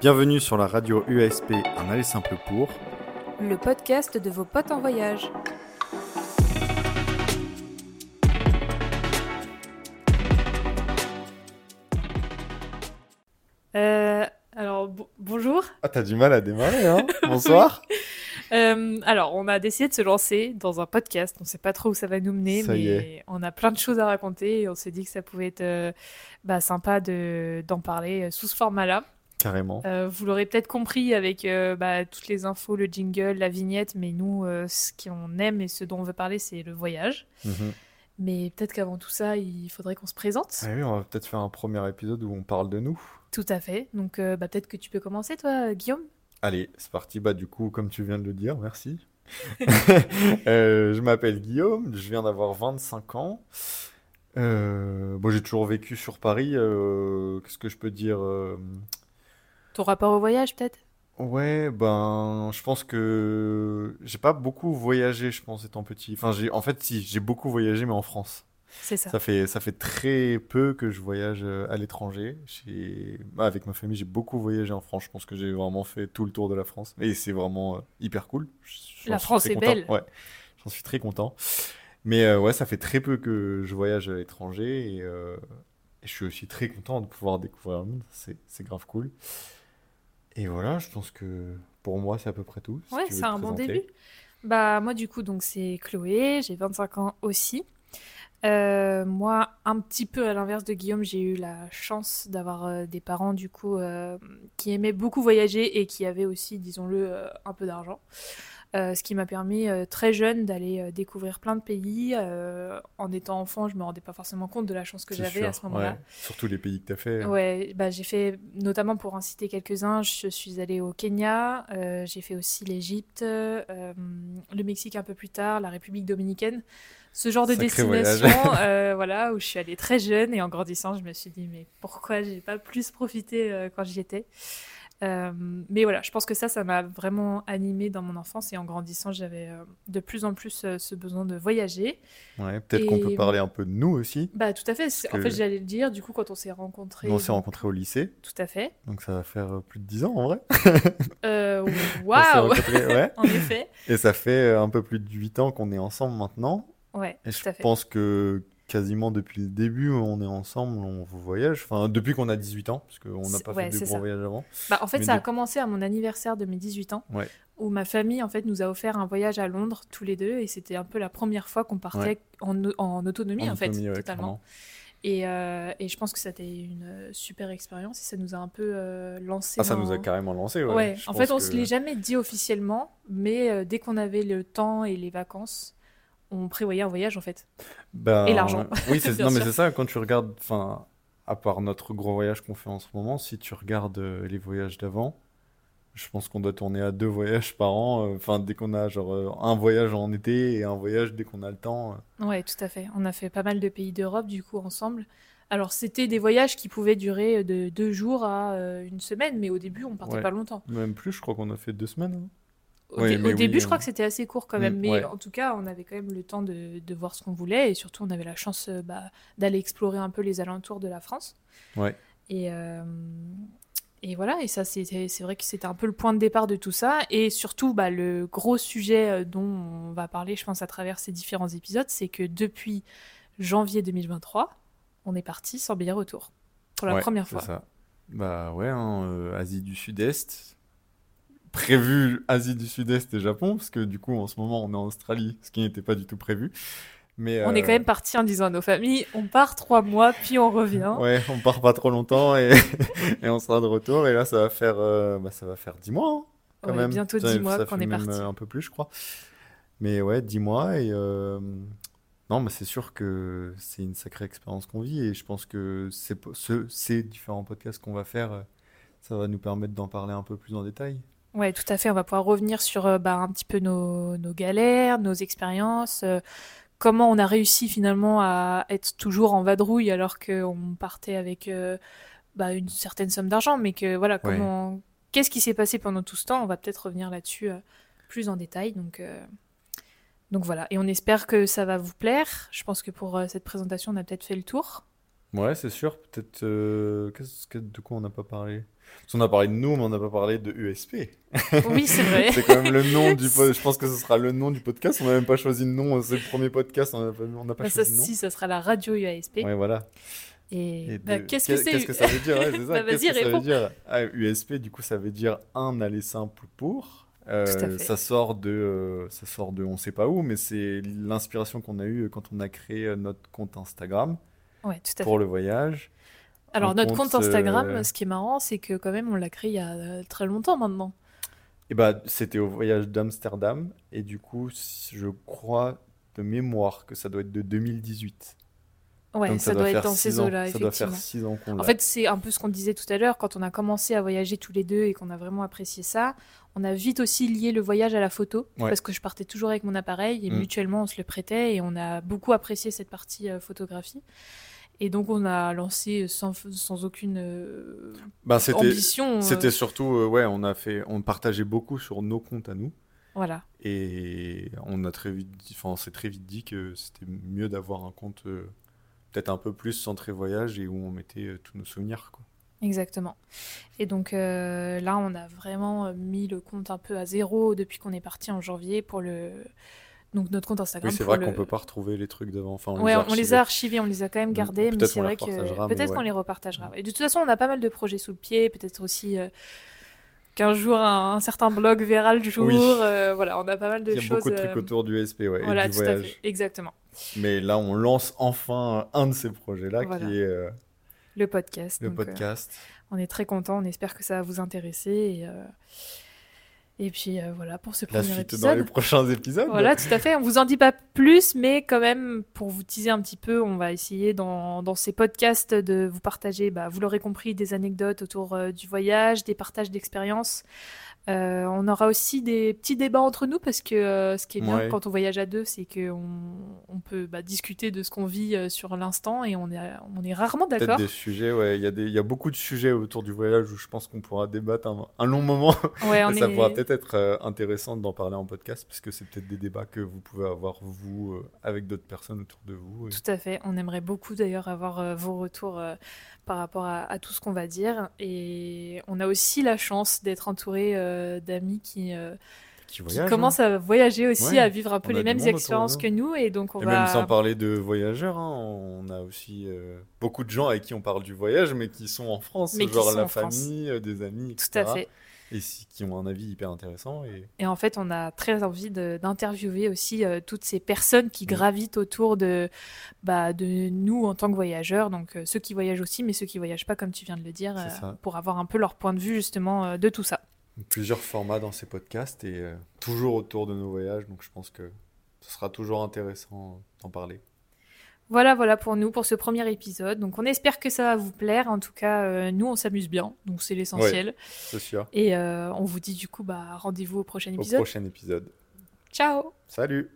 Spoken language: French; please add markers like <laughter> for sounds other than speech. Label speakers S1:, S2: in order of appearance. S1: Bienvenue sur la radio USP Un aller simple pour.
S2: le podcast de vos potes en voyage.
S3: Euh, alors, bo- bonjour.
S1: Ah, t'as du mal à démarrer, <laughs> hein Bonsoir.
S3: Euh, alors, on a décidé de se lancer dans un podcast. On ne sait pas trop où ça va nous mener,
S1: Ça y
S3: mais on a plein de choses à raconter et on s'est dit que ça pouvait être euh, bah, sympa de, d'en parler euh, sous ce format-là.
S1: Carrément.
S3: Euh, vous l'aurez peut-être compris avec euh, bah, toutes les infos, le jingle, la vignette, mais nous, euh, ce qu'on aime et ce dont on veut parler, c'est le voyage.
S1: Mhm.
S3: Mais peut-être qu'avant tout ça, il faudrait qu'on se présente.
S1: Ah oui, on va peut-être faire un premier épisode où on parle de nous.
S3: Tout à fait. Donc, euh, bah, peut-être que tu peux commencer, toi, euh, Guillaume.
S1: Allez, c'est parti. Bah, du coup, comme tu viens de le dire, merci. <laughs> Euh, je m'appelle Guillaume, je viens d'avoir 25 ans. Euh, bon, j'ai toujours vécu sur Paris. euh, Qu'est-ce que je peux dire euh,
S3: Ton rapport au voyage, peut-être
S1: Ouais, ben, je pense que j'ai pas beaucoup voyagé, je pense, étant petit. Enfin, j'ai, en fait, si, j'ai beaucoup voyagé, mais en France.
S3: C'est ça.
S1: Ça fait, ça fait très peu que je voyage euh, à l'étranger. J'ai- bah, Avec ma famille, j'ai beaucoup voyagé en France. Je pense que j'ai vraiment fait tout le tour de la France. Et c'est vraiment euh, hyper cool. J'en
S3: La
S1: suis
S3: France
S1: très
S3: est
S1: content.
S3: belle.
S1: Ouais, j'en suis très content. Mais euh, ouais, ça fait très peu que je voyage à l'étranger. Et, euh, et je suis aussi très content de pouvoir découvrir le monde. C'est c'est grave cool. Et voilà, je pense que pour moi, c'est à peu près tout. Si
S3: Ouais,
S1: tu veux
S3: c'est
S1: te
S3: un bon
S1: présenter.
S3: début. Bah moi du coup donc c'est Chloé, j'ai 25 ans aussi. Euh, moi un petit peu à l'inverse de Guillaume, j'ai eu la chance d'avoir euh, des parents du coup euh, qui aimaient beaucoup voyager et qui avaient aussi, disons-le, euh, un peu d'argent. Euh, ce qui m'a permis euh, très jeune d'aller euh, découvrir plein de pays. Euh, en étant enfant, je me rendais pas forcément compte de la chance que
S1: C'est
S3: j'avais à
S1: sûr,
S3: ce moment-là.
S1: ouais. Surtout les pays que tu as fait.
S3: Ouais, bah, j'ai fait, notamment pour en citer quelques-uns, je suis allée au Kenya, euh, j'ai fait aussi l'Égypte, euh, le Mexique un peu plus tard, la République dominicaine. Ce genre de
S1: Sacré voyage.
S3: destination,
S1: <laughs>
S3: euh, voilà, où je suis allée très jeune et en grandissant, je me suis dit, mais pourquoi j'ai pas plus profité euh, quand j'y étais? Euh, mais voilà, je pense que ça, ça m'a vraiment animée dans mon enfance et en grandissant, j'avais euh, de plus en plus euh, ce besoin de voyager.
S1: Ouais, peut-être qu'on peut
S3: Et-
S1: parler un peu de nous aussi.
S3: Bah, tout à fait, c'est- en
S1: que-
S3: fait, j'allais le dire, du coup, quand on s'est rencontrés,
S1: Nous, on s'est rencontrés au lycée,
S3: tout à fait.
S1: donc ça va faire euh, plus de 10 ans en vrai.
S3: Euh,
S1: <laughs> On s'est
S3: Waouh!
S1: rencontrés, ouais.
S3: <laughs> En effet.
S1: Et ça fait euh, un peu plus de 8 ans qu'on est ensemble maintenant.
S3: Ouais,
S1: Et
S3: tout à
S1: je
S3: fait.
S1: pense que quasiment depuis le début, on est ensemble, on voyage. Enfin, depuis qu'on a 18 ans, parce qu'on n'a
S3: C'est-
S1: pas
S3: ouais,
S1: fait de
S3: c'est
S1: gros
S3: ça.
S1: voyages avant.
S3: Bah, en fait,
S1: Mais
S3: ça a
S1: de-
S3: commencé à mon anniversaire de mes 18 ans,
S1: Ouais.
S3: où ma famille en fait nous a offert un voyage à Londres tous les deux, et c'était un peu la première fois qu'on partait
S1: Ouais.
S3: en, en autonomie en, fait,
S1: autonomie, ouais, clairement.
S3: totalement. Et, euh, et je pense que c'était une euh, super expérience et ça nous a un peu euh, lancé.
S1: Ah, ça
S3: dans-
S1: nous a carrément lancé. Ouais,
S3: Ouais,
S1: Je
S3: en
S1: pense
S3: fait, on
S1: que-
S3: se l'est jamais dit officiellement, mais euh, dès qu'on avait le temps et les vacances, on prévoyait un voyage en fait.
S1: Ben,
S3: Et l'argent. <laughs>
S1: Oui, c'est...
S3: Bien
S1: non, mais
S3: sûr.
S1: c'est ça, quand tu regardes, enfin, à part notre gros voyage qu'on fait en ce moment, si tu regardes euh, les voyages d'avant, je pense qu'on doit tourner à deux voyages par an, euh, enfin, dès qu'on a genre euh, un voyage en été et un voyage dès qu'on a le temps. euh.
S3: Ouais, tout à fait. On a fait pas mal de pays d'Europe, du coup, ensemble. Alors, c'était des voyages qui pouvaient durer euh, de deux jours à euh, une semaine, mais au début, on partait
S1: Ouais.
S3: pas longtemps.
S1: Même plus, je crois qu'on a fait deux semaines. hein.
S3: Au,
S1: Ouais,
S3: dé-
S1: mais
S3: au
S1: oui,
S3: début, je
S1: on-
S3: crois que c'était assez court quand
S1: Mm,
S3: même, mais
S1: ouais.
S3: en tout cas, on avait quand même le temps de, de voir ce qu'on voulait, et surtout, on avait la chance euh, bah, d'aller explorer un peu les alentours de la France.
S1: Ouais.
S3: Et, euh, et voilà, et ça, c'était- c'est vrai que c'était un peu le point de départ de tout ça. Et surtout, bah, le gros sujet euh, dont on va parler, je pense, à travers ces différents épisodes, c'est que depuis janvier 2023, on est parti sans billet retour. Pour la
S1: Ouais,
S3: première
S1: C'est
S3: fois.
S1: ça. Bah ouais, hein, euh, Asie du Sud-Est. Prévu Asie du Sud-Est et Japon, parce que du coup, en ce moment, on est en Australie, ce qui n'était pas du tout prévu. Mais,
S3: On est
S1: euh,
S3: quand même parti en disant à nos familles, on part trois mois, puis on revient.
S1: Ouais, on part pas trop longtemps et, <laughs> et on sera de retour. Et là, ça va faire, euh, bah, ça va faire 10 mois. hein, quand
S3: Ouais,
S1: même.
S3: bientôt
S1: Putain,
S3: 10 mois
S1: ça
S3: qu'on
S1: fait
S3: est
S1: même,
S3: parti.
S1: euh, un peu plus, je crois. Mais ouais, 10 mois. Et euh, non, mais c'est sûr que c'est une sacrée expérience qu'on vit. Et je pense que ces, po- ce- ces différents podcasts qu'on va faire, euh, ça va nous permettre d'en parler un peu plus en détail.
S3: Ouais, tout à fait. On va pouvoir revenir sur euh, bah, un petit peu nos, nos galères, nos expériences, euh, comment on a réussi finalement à être toujours en vadrouille alors qu'on partait avec euh, bah, une certaine somme d'argent, mais que voilà, comment, qu'est-ce qui s'est passé pendant tout ce temps? On va peut-être revenir là-dessus euh, plus en détail. Donc, euh, donc voilà. Et on espère que ça va vous plaire. Je pense que pour euh,
S1: <laughs>
S3: cette présentation, on a peut-être fait le tour.
S1: Ouais, c'est sûr. Peut-être. euh, qu'est-ce que- de quoi on n'a pas parlé Parce qu'on a parlé de nous, mais on n'a pas parlé de E USP.
S3: Oui, c'est <laughs> vrai.
S1: C'est quand même le nom du
S3: <laughs>
S1: po- Je pense que ce sera le nom du podcast. On n'a même pas choisi de nom. C'est le premier podcast. On n'a pas, on n'a pas
S3: Bah, ça,
S1: choisi de nom.
S3: si, ça sera la radio UASP.
S1: Ouais, voilà.
S3: Et,
S1: Et
S3: bah,
S1: de-
S3: qu'est-ce que c'est
S1: Qu'est-ce que ça veut dire Ouais,
S3: <laughs>
S1: c'est ça.
S3: Bah,
S1: Qu'est-ce
S3: vas-y,
S1: que ça veut
S3: réponds.
S1: dire Ah, USP, du coup, ça veut dire un aller simple pour. Euh,
S3: Tout à fait.
S1: ça sort de, euh, ça sort de, on sait pas où, mais c'est l'inspiration qu'on a eue quand on a créé euh, notre compte Instagram
S3: Ouais, tout à fait.
S1: pour le voyage.
S3: Alors,
S1: un
S3: notre
S1: compte,
S3: compte Instagram,
S1: euh,
S3: ce qui est marrant, c'est que quand même, on l'a créé il y a euh, très longtemps maintenant.
S1: Et bah, c'était au voyage d'Amsterdam, et du coup, si- je crois de mémoire que ça doit être de 2018.
S3: Ouais,
S1: Donc
S3: ça, doit,
S1: faire
S3: être dans ces
S1: six ans-
S3: eaux-là,
S1: Ça doit faire
S3: effectivement.
S1: 6 ans qu'on l'a.
S3: En fait, c'est un peu ce qu'on disait tout à l'heure, quand on a commencé à voyager tous les deux et qu'on a vraiment apprécié ça, on a vite aussi lié le voyage à la photo,
S1: Ouais.
S3: parce que je partais toujours avec mon appareil et
S1: Mm.
S3: mutuellement on se le prêtait et on a beaucoup apprécié cette partie euh, photographie. Et donc on a lancé sans, sans aucune euh,
S1: Bah, c'était,
S3: ambition. euh,
S1: c'était surtout, euh, ouais, on a fait, on partageait beaucoup sur nos comptes à nous.
S3: voilà.
S1: Et on a très vite, dit- enfin, on s'est très vite dit que c'était mieux d'avoir un compte euh, peut-être un peu plus centré voyage et où on mettait euh, tous nos souvenirs, quoi.
S3: Exactement. Et donc euh, là, on a vraiment euh, mis le compte un peu à zéro depuis qu'on est parti en janvier pour le donc notre compte Instagram.
S1: Oui, c'est
S3: pour
S1: vrai
S3: le-
S1: qu'on peut pas retrouver les trucs d'avant. Enfin, on
S3: ouais,
S1: les a
S3: on les
S1: archivés.
S3: a archivés, on les a quand même
S1: Donc,
S3: gardés, mais
S1: peut-être
S3: c'est
S1: qu'on les
S3: vrai que
S1: repartagera, mais
S3: peut-être qu'on
S1: ouais.
S3: les repartagera. Et de toute façon, on a pas mal de projets sous le pied, peut-être aussi euh, qu'un jour un, un certain blog verra le jour.
S1: Oui.
S3: euh, voilà, on a pas mal de
S1: Il y a
S3: choses.
S1: beaucoup de trucs
S3: euh,
S1: autour du SP, ouais, et
S3: Voilà,
S1: du
S3: tout à
S1: voyage.
S3: fait, exactement.
S1: Mais là, on lance enfin un de ces projets-là
S3: Voilà.
S1: qui est euh,
S3: Le podcast.
S1: le
S3: donc, euh,
S1: podcast.
S3: on est très content, on espère que ça va vous intéresser. Et, euh, et puis euh, voilà pour ce
S1: La
S3: premier
S1: suite dans
S3: épisode.
S1: les prochains épisodes.
S3: Voilà, tout à fait. On vous en dit pas plus, mais quand même, pour vous teaser un petit peu, on va essayer dans, dans ces podcasts de vous partager, bah, vous l'aurez compris, des anecdotes autour euh, du voyage, des partages d'expériences. Euh, on aura aussi des petits débats entre nous parce que euh, ce qui est bien
S1: Ouais.
S3: quand on voyage à deux, c'est qu'on on peut bah, discuter de ce qu'on vit euh, sur l'instant et on est, on est rarement
S1: Peut-être
S3: d'accord.
S1: des sujets, ouais. Il y, a des- il y a beaucoup de sujets autour du voyage où je pense qu'on pourra débattre un, un long moment.
S3: Ouais, on
S1: Et <laughs> ça
S3: est-
S1: pourra peut-être être euh, intéressant d'en parler en podcast, puisque c'est peut-être des débats que vous pouvez avoir, vous, euh, avec d'autres personnes autour de vous. et-
S3: Tout à fait. On aimerait beaucoup d'ailleurs avoir euh, vos retours euh, par rapport à, à tout ce qu'on va dire. Et on a aussi la chance d'être entouré euh, d'amis qui, euh,
S1: qui
S3: qui
S1: voyagent, hein.
S3: commencent à voyager aussi,
S1: Ouais.
S3: à vivre un
S1: On
S3: peu
S1: a
S3: les
S1: du
S3: mêmes
S1: monde autour de
S3: expériences
S1: nous.
S3: que nous. Et donc
S1: hein.
S3: on
S1: Et
S3: va.
S1: même sans parler de voyageurs, hein, on a aussi euh, beaucoup de gens avec qui on parle du voyage, mais qui sont en France, euh,
S3: Mais qui
S1: genre
S3: sont
S1: la
S3: en France.
S1: famille, euh, des amis, etc.
S3: Tout à fait.
S1: Et si- qui ont un avis hyper intéressant. Et...
S3: Et en fait, on a très envie de- d'interviewer aussi euh, toutes ces personnes qui gravitent autour de, bah, de nous en tant que voyageurs, donc euh, ceux qui voyagent aussi, mais ceux qui voyagent pas, comme tu viens de le dire,
S1: C'est
S3: euh,
S1: ça.
S3: pour avoir un peu leur point de vue justement euh, de tout ça.
S1: Plusieurs formats dans ces podcasts, et euh, toujours autour de nos voyages, donc je pense que ce sera toujours intéressant euh, d'en parler.
S3: Voilà, voilà pour nous, pour ce premier épisode. Donc on espère que ça va vous plaire. En tout cas, euh, nous, on s'amuse bien, donc c'est l'essentiel.
S1: C'est sûr.
S3: Et euh, on vous dit du coup, bah, rendez-vous au prochain
S1: Au
S3: épisode.
S1: prochain épisode.
S3: Ciao
S1: Salut